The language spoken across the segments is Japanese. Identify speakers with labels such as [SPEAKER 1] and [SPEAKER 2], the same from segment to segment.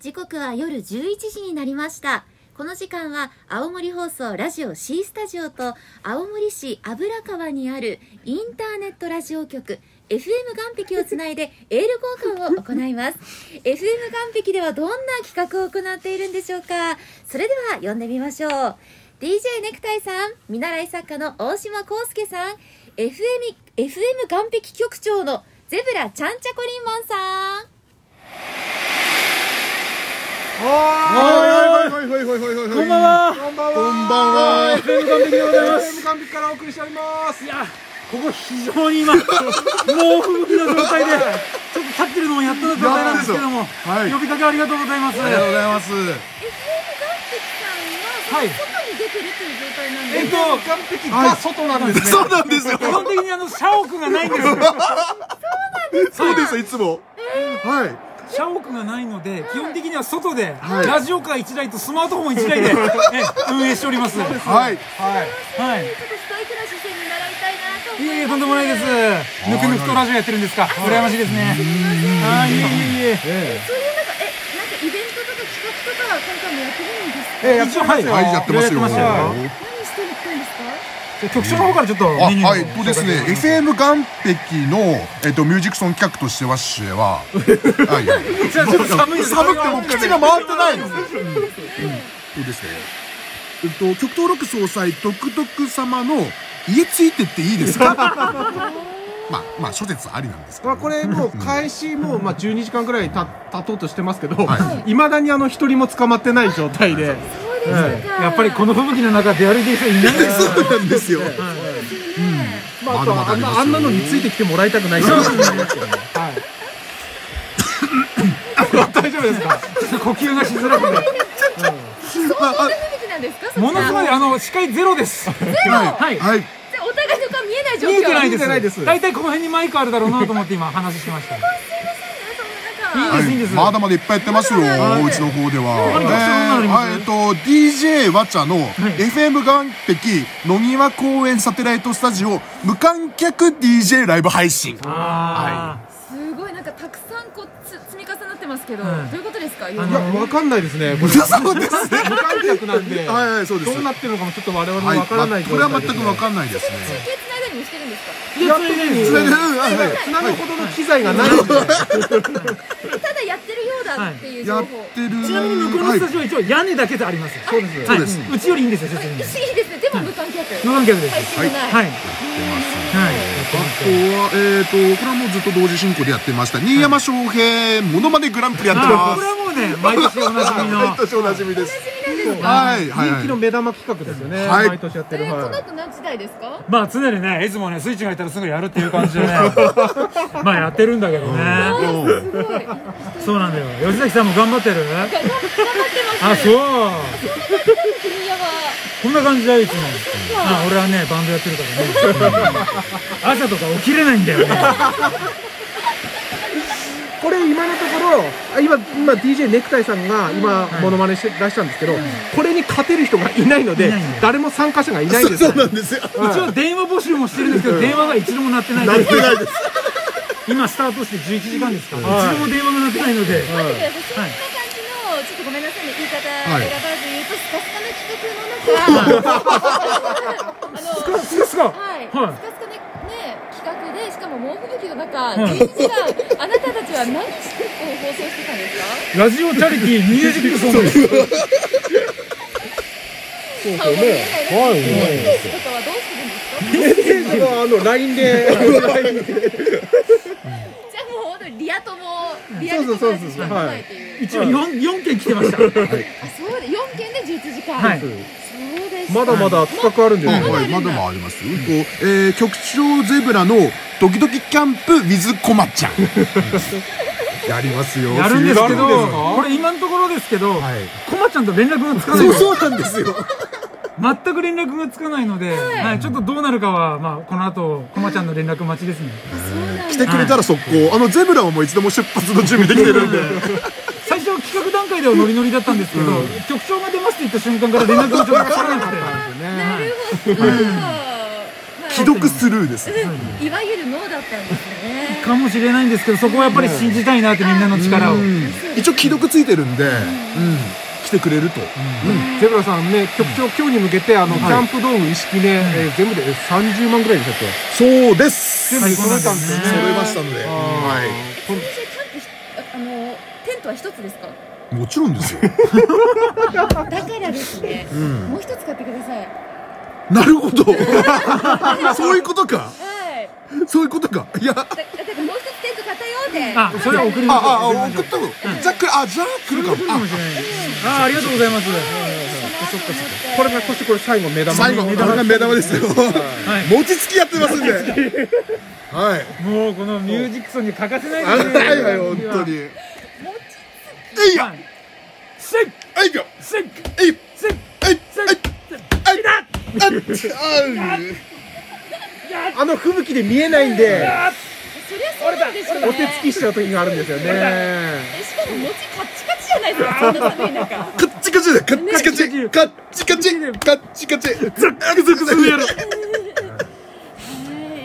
[SPEAKER 1] 時刻は夜11時になりましたこの時間は青森放送ラジオ C スタジオと青森市油川にあるインターネットラジオ局 FM 岸壁をつないでエール交換を行います FM 岸壁ではどんな企画を行っているんでしょうかそれでは読んでみましょう DJ ネクタイさん見習い作家の大島康介さん FM, FM 岸壁局長のゼブラちゃんちゃこりんもんさん
[SPEAKER 2] おーい
[SPEAKER 3] いほいほいほいほいほい
[SPEAKER 2] こんばんは
[SPEAKER 3] こんばんは
[SPEAKER 2] こんばんは FM 完璧でございます
[SPEAKER 3] FM 完璧からお送りしております
[SPEAKER 2] いやここ非常に今猛吹雪の状態でちょっと立ってるのもやっとの状態なんですけども、
[SPEAKER 3] やっとですよはい
[SPEAKER 2] 呼びかけありがとうございます
[SPEAKER 3] ありがとうございます
[SPEAKER 1] え FM 岩石さんは、外に出てるという状態なん
[SPEAKER 3] え
[SPEAKER 1] で
[SPEAKER 3] っと完璧が外なんですねそうなんですよ
[SPEAKER 2] 基本的にあの社屋がないんですよ
[SPEAKER 3] そうですいつもはい
[SPEAKER 2] 社屋がないので基本的には外で、
[SPEAKER 3] はい
[SPEAKER 2] ラジオカー1台とスマートフォン1台で、 え運営しております
[SPEAKER 3] はいはい
[SPEAKER 2] はい
[SPEAKER 1] ちょっとストイックな姿勢に習いたいなと思
[SPEAKER 2] いえい
[SPEAKER 1] い
[SPEAKER 2] えと
[SPEAKER 1] ま
[SPEAKER 2] んでもないですぬくぬくとラジオやってるんですか羨ましいですねはいいえいえいえ
[SPEAKER 1] すそういうなんかえなんかイベントとか企画とかは今回もやってるんですか
[SPEAKER 3] えーやってますよ
[SPEAKER 2] はいや
[SPEAKER 3] はいや
[SPEAKER 2] ってますよ
[SPEAKER 3] ってま
[SPEAKER 1] 何していったんですか
[SPEAKER 2] じゃあ局長の方からちょっと
[SPEAKER 3] あ、
[SPEAKER 2] メニューの
[SPEAKER 3] はい、とですね、FM 岩壁の、えっと、ミュージックソン企画と しては、しは、はい、え
[SPEAKER 2] じゃあちょっと寒いです
[SPEAKER 3] 寒くてもう口が回ってないの
[SPEAKER 2] は
[SPEAKER 3] っとですね、えっと、極東ロック総裁、独特様の、家ついてっていいです かまあ、まあ、諸説ありなんですけ
[SPEAKER 4] ま
[SPEAKER 3] ど、
[SPEAKER 4] あ、これもう開始もうまあ12時間くらいた経とうとしてますけど、、
[SPEAKER 3] はい
[SPEAKER 4] まだにあの一人も捕まってない状態で、
[SPEAKER 1] そうでしたか、
[SPEAKER 2] やっぱりこの吹雪の中出歩いてる人いないですね
[SPEAKER 3] そうなんですよ。
[SPEAKER 4] まあ、あとは
[SPEAKER 3] まだまだあ
[SPEAKER 4] あんな
[SPEAKER 3] りますよ
[SPEAKER 4] あんなのについてきてもらいたくないから
[SPEAKER 2] はい大丈夫ですかちょっと呼吸がしづらくて
[SPEAKER 3] まあ、
[SPEAKER 1] 吹雪なんですかそ
[SPEAKER 2] ものすごい
[SPEAKER 1] い
[SPEAKER 2] あの視界ゼロです
[SPEAKER 3] あ
[SPEAKER 2] は
[SPEAKER 3] はいい、はい、
[SPEAKER 1] お互いの顔見えない状況
[SPEAKER 2] 見えてないで
[SPEAKER 4] 見えてないですす
[SPEAKER 2] 大体この辺にマイクあるだろうなと思って今話してました
[SPEAKER 1] その中
[SPEAKER 2] いいですいいです
[SPEAKER 3] まだまだいっぱいやってますよ、
[SPEAKER 2] はい
[SPEAKER 3] おうちの方では。
[SPEAKER 2] 何かそういうのありま
[SPEAKER 3] えーは
[SPEAKER 2] す
[SPEAKER 3] いえっと、DJ わちゃの、FM 岩壁野際公園サテライトスタジオ無観客 DJ ライブ配信。
[SPEAKER 2] あ
[SPEAKER 1] すごいなんかたくさんこうつ積み重なってますけど、
[SPEAKER 2] はい
[SPEAKER 1] どういうことですか
[SPEAKER 2] の
[SPEAKER 4] いやわかんないですねこれ
[SPEAKER 3] そうですね。
[SPEAKER 4] 無観客なんで
[SPEAKER 3] はいはいそうです
[SPEAKER 4] どうなってるのかもちょっと我々も
[SPEAKER 3] はい、
[SPEAKER 4] わからない
[SPEAKER 3] ま
[SPEAKER 4] 状
[SPEAKER 3] これ
[SPEAKER 4] 態
[SPEAKER 3] は
[SPEAKER 4] で
[SPEAKER 3] 全
[SPEAKER 4] すね
[SPEAKER 3] くわかんないです
[SPEAKER 1] 中
[SPEAKER 3] ね。
[SPEAKER 1] 継つないだりもしてるんですか
[SPEAKER 2] いやついでに
[SPEAKER 3] うんはいはい
[SPEAKER 4] つなぐほどの機材がないんで、
[SPEAKER 1] ただやってるようだっていう情
[SPEAKER 3] や
[SPEAKER 1] 報、
[SPEAKER 3] っ
[SPEAKER 1] い
[SPEAKER 3] てる。
[SPEAKER 2] ちなみに向こうのスタジオは一応屋根だけでありますそうです
[SPEAKER 3] そうです
[SPEAKER 2] うちよりいいんですよ設備
[SPEAKER 1] いですねでも無観客
[SPEAKER 2] 無観客です
[SPEAKER 1] 配信もない、
[SPEAKER 2] はいはい
[SPEAKER 3] あとは、えっ、と、これはもうずっと同時進行でやってました。新山翔平、モノマネグランプリやって
[SPEAKER 2] あ
[SPEAKER 3] ま
[SPEAKER 2] これ
[SPEAKER 3] す。
[SPEAKER 2] はもうね毎年おなじみの
[SPEAKER 3] 毎年おなじみです。はい、はい、
[SPEAKER 4] 人
[SPEAKER 3] はい
[SPEAKER 4] 気の。目玉企画ですよね、
[SPEAKER 3] はい
[SPEAKER 4] 毎年やって
[SPEAKER 1] え
[SPEAKER 4] る、
[SPEAKER 1] ーこの
[SPEAKER 4] は
[SPEAKER 1] 後何時台ですか
[SPEAKER 2] まあ常にねいつもねスイッチが入ったらすぐやるっていう感 じでねまあやってるんだけどね
[SPEAKER 3] う
[SPEAKER 1] す
[SPEAKER 3] ん
[SPEAKER 1] ごい。頑張って
[SPEAKER 2] そうなんだよ吉崎さんも頑張ってる
[SPEAKER 1] ま
[SPEAKER 2] あ
[SPEAKER 1] す。
[SPEAKER 2] そう
[SPEAKER 1] 君やば。
[SPEAKER 2] こんな感じだよいつもあ俺はねバンドやってるから ね朝とか起きれないんだよね
[SPEAKER 4] い、これ今のところあ今今 DJ ネクタイさんが今モノマネして出したんですけど、これに勝てる人がいないので
[SPEAKER 2] いないんだよ
[SPEAKER 4] 誰も参加者がいないです
[SPEAKER 3] そうなんですよ。
[SPEAKER 2] 一応電話募集もしてるんですけど電話が一度も鳴ってない鳴ってないです今スタートして11時間ですから、一度も電話が鳴ってないので、
[SPEAKER 1] 待ってください。そんな感じの、ちょっとごめんなさいね、言い方選ばず言うと、スカスカな企画の中、あの、
[SPEAKER 2] い、すがすが
[SPEAKER 1] はい、ス
[SPEAKER 2] は
[SPEAKER 1] カスカね、ね、企画で、しかも猛吹雪の中、11時間、あなたたちは何を放送してたんですか
[SPEAKER 2] い、ラジオチャリティーミュージックソングです
[SPEAKER 1] 顔も見えない中でメッセージとかはどうしてるんですか
[SPEAKER 4] あの LINE で
[SPEAKER 1] じゃあもう本当にリア友、リア友達しか来ないっていう。
[SPEAKER 2] 一応 4, 4件来てましたはい、
[SPEAKER 1] あ、そうで、4件で11時間。
[SPEAKER 2] はい
[SPEAKER 1] そうですか
[SPEAKER 4] まだまだ企画あるんで、
[SPEAKER 3] は
[SPEAKER 4] ね
[SPEAKER 3] い、はい、まだもありますよ。こう、えー、局長ゼブラのドキドキキャンプ with コマ ちゃん。やりますよ。
[SPEAKER 2] やるんですけど
[SPEAKER 3] 冬です
[SPEAKER 2] これ今のところですけど、
[SPEAKER 3] はい
[SPEAKER 2] コマちゃんと連絡がつかない
[SPEAKER 3] そう、そうなんですよ。
[SPEAKER 2] 全く連絡がつかないので、はいちょっとどうなるかは、まあ、この後コマちゃんの連絡待ちですね
[SPEAKER 3] 来てくれたら速攻。あの、ゼブラはもういつでも出発の準備できてるんで。
[SPEAKER 2] 最初企画段階ではノリノリだったんですけど、局長が出ますって言った瞬間から連絡がちょっとつかなくて
[SPEAKER 1] なるほど。はい。
[SPEAKER 3] 既読スルーです。
[SPEAKER 1] いわゆるノーだったんですね。
[SPEAKER 2] かもしれないんですけど、そこはやっぱり信じたいなってみんなの力を。
[SPEAKER 3] うん一応既読ついてるんで、うん来てくれると。
[SPEAKER 4] ゼブラさんね、局長、今日に向けて、あの、キャンプ道具一式ね、えー全部で30万ぐらいでしたっけ
[SPEAKER 3] そうです。
[SPEAKER 2] 全部
[SPEAKER 4] 揃えたんですよね。
[SPEAKER 3] 揃えましたので、
[SPEAKER 4] あー
[SPEAKER 3] は
[SPEAKER 4] こん
[SPEAKER 1] 私はキャンプひああのテントは一つですか。
[SPEAKER 3] い。もちろんですよ。
[SPEAKER 1] だからですね。
[SPEAKER 3] うん
[SPEAKER 1] もう一つ買ってください。は
[SPEAKER 3] なるほど。 そういうことか。
[SPEAKER 1] い。
[SPEAKER 3] そういうことか。いや、
[SPEAKER 1] だだからもう一つテント買ったよって。
[SPEAKER 2] あ、それは送り
[SPEAKER 3] あ、
[SPEAKER 2] ましょう。
[SPEAKER 3] あ、
[SPEAKER 2] 送り
[SPEAKER 3] あ
[SPEAKER 2] ましょ
[SPEAKER 3] 送
[SPEAKER 2] う
[SPEAKER 3] ったの。じゃあ来る、あ、じゃあ来るか
[SPEAKER 2] 来る
[SPEAKER 3] も。
[SPEAKER 2] かも
[SPEAKER 3] あ
[SPEAKER 2] しれない。ああ、ありがとうございます。
[SPEAKER 1] そっかそっか
[SPEAKER 4] これが、そしてこれ最後、目玉。
[SPEAKER 3] 最後、これが目玉ですよ。
[SPEAKER 2] い
[SPEAKER 3] 餅つきやってますんで。はい。
[SPEAKER 2] もうこのミュージックソンに欠かせない
[SPEAKER 3] あ
[SPEAKER 2] ですね。
[SPEAKER 3] はいはい、本当に。えいや、
[SPEAKER 2] せっ
[SPEAKER 3] えいよ、
[SPEAKER 2] せっ
[SPEAKER 3] えい、
[SPEAKER 2] せっ
[SPEAKER 3] えい、
[SPEAKER 2] せっ
[SPEAKER 3] えい、えい、あい、
[SPEAKER 4] あの吹雪で見えないんで、
[SPEAKER 1] そりゃそうなんでしょうね
[SPEAKER 4] お手つきしちゃう時があるんですよね。
[SPEAKER 1] えしかも餅カッチカチじゃないですかそんな寒い中
[SPEAKER 3] カッチカチで、カッチカチ、カッチカチ、カッチカチ、ザックザクザクやる。
[SPEAKER 1] はい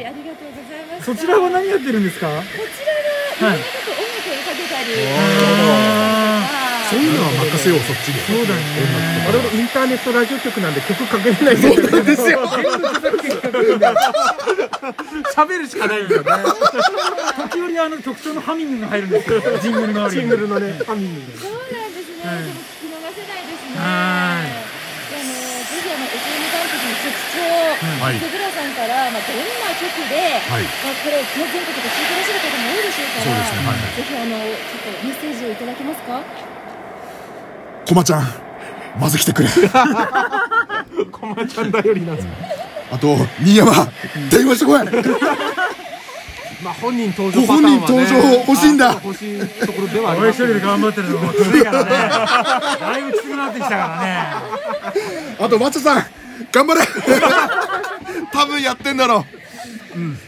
[SPEAKER 1] ありがとうございました
[SPEAKER 2] そちらは何やってるんですか
[SPEAKER 1] こちらがいろんなこと音楽をかけたり
[SPEAKER 2] あ
[SPEAKER 1] あ
[SPEAKER 3] そういうのは任せよう、そっちに。そうだね。
[SPEAKER 4] 我々インターネットラジオ局なんで曲かけれないんです
[SPEAKER 3] です
[SPEAKER 4] よ。
[SPEAKER 3] よ。
[SPEAKER 4] 喋るしかないんですよね。
[SPEAKER 2] ー時折あの曲調のハミングが入るんですよ。ジングルのあ
[SPEAKER 4] シングルのね、ハミングで。
[SPEAKER 1] ーそうなんですねでも聞き逃せないですね
[SPEAKER 2] は
[SPEAKER 1] あの
[SPEAKER 2] い
[SPEAKER 1] ぜひあの FM ダンスの局長
[SPEAKER 3] はい
[SPEAKER 1] 瀬倉さんからまあどんな曲で
[SPEAKER 3] はい。
[SPEAKER 1] まあこれ全国で聞いてらっしゃる方も多いでしょうか
[SPEAKER 3] そう
[SPEAKER 1] ら
[SPEAKER 3] ですねはい
[SPEAKER 1] ぜひあのちょっとメッセージをいただけますか
[SPEAKER 3] コマちゃん、まず来てくれ。
[SPEAKER 4] コマちゃん頼りなんですよ
[SPEAKER 3] あと、新山、電話してこい。
[SPEAKER 4] まあ本人登場
[SPEAKER 3] ご
[SPEAKER 4] パタ
[SPEAKER 3] 本
[SPEAKER 4] ーンは、ね、
[SPEAKER 3] 人登場欲しいんだ
[SPEAKER 4] あ欲しいところではあり
[SPEAKER 2] 俺
[SPEAKER 4] ま
[SPEAKER 2] 一
[SPEAKER 4] す
[SPEAKER 2] 人で頑張ってるのもきついからね。だいぶきつくなってきたからね。
[SPEAKER 3] あと、マッチョさん、頑張れ。 多分やってんだろう。うん。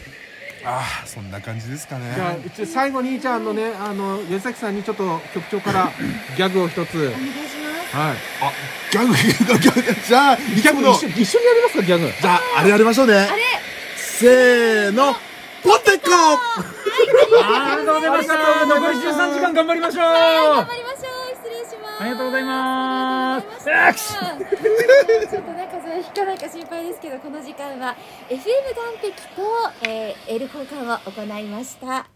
[SPEAKER 3] ああ、そんな感じですか
[SPEAKER 4] じゃあ
[SPEAKER 3] ね。
[SPEAKER 4] うち最後にいちゃんのねあの矢崎さんにちょっと局長からギャグを一つ
[SPEAKER 1] お願いします
[SPEAKER 4] はい
[SPEAKER 3] ギャグ、ギャグ、じゃあ、ギ
[SPEAKER 4] ギ
[SPEAKER 3] ャ
[SPEAKER 4] ャ
[SPEAKER 3] グ
[SPEAKER 4] グ
[SPEAKER 3] の。
[SPEAKER 4] 一緒
[SPEAKER 3] じ
[SPEAKER 4] 一緒にやりますかギャグ
[SPEAKER 3] ゃあ、あれやりましょうね
[SPEAKER 1] あ。れ
[SPEAKER 3] せーの、ポテコ
[SPEAKER 2] ありがとうございました。残り13時間頑張りましょう。
[SPEAKER 1] 頑張りましょう失礼します
[SPEAKER 2] ありがとうございま
[SPEAKER 1] ありが
[SPEAKER 2] す
[SPEAKER 1] とうございましたちょっとなんかそれ引かないか心配ですけどこの時間は FM 岸壁と、えー、L 交換を行いました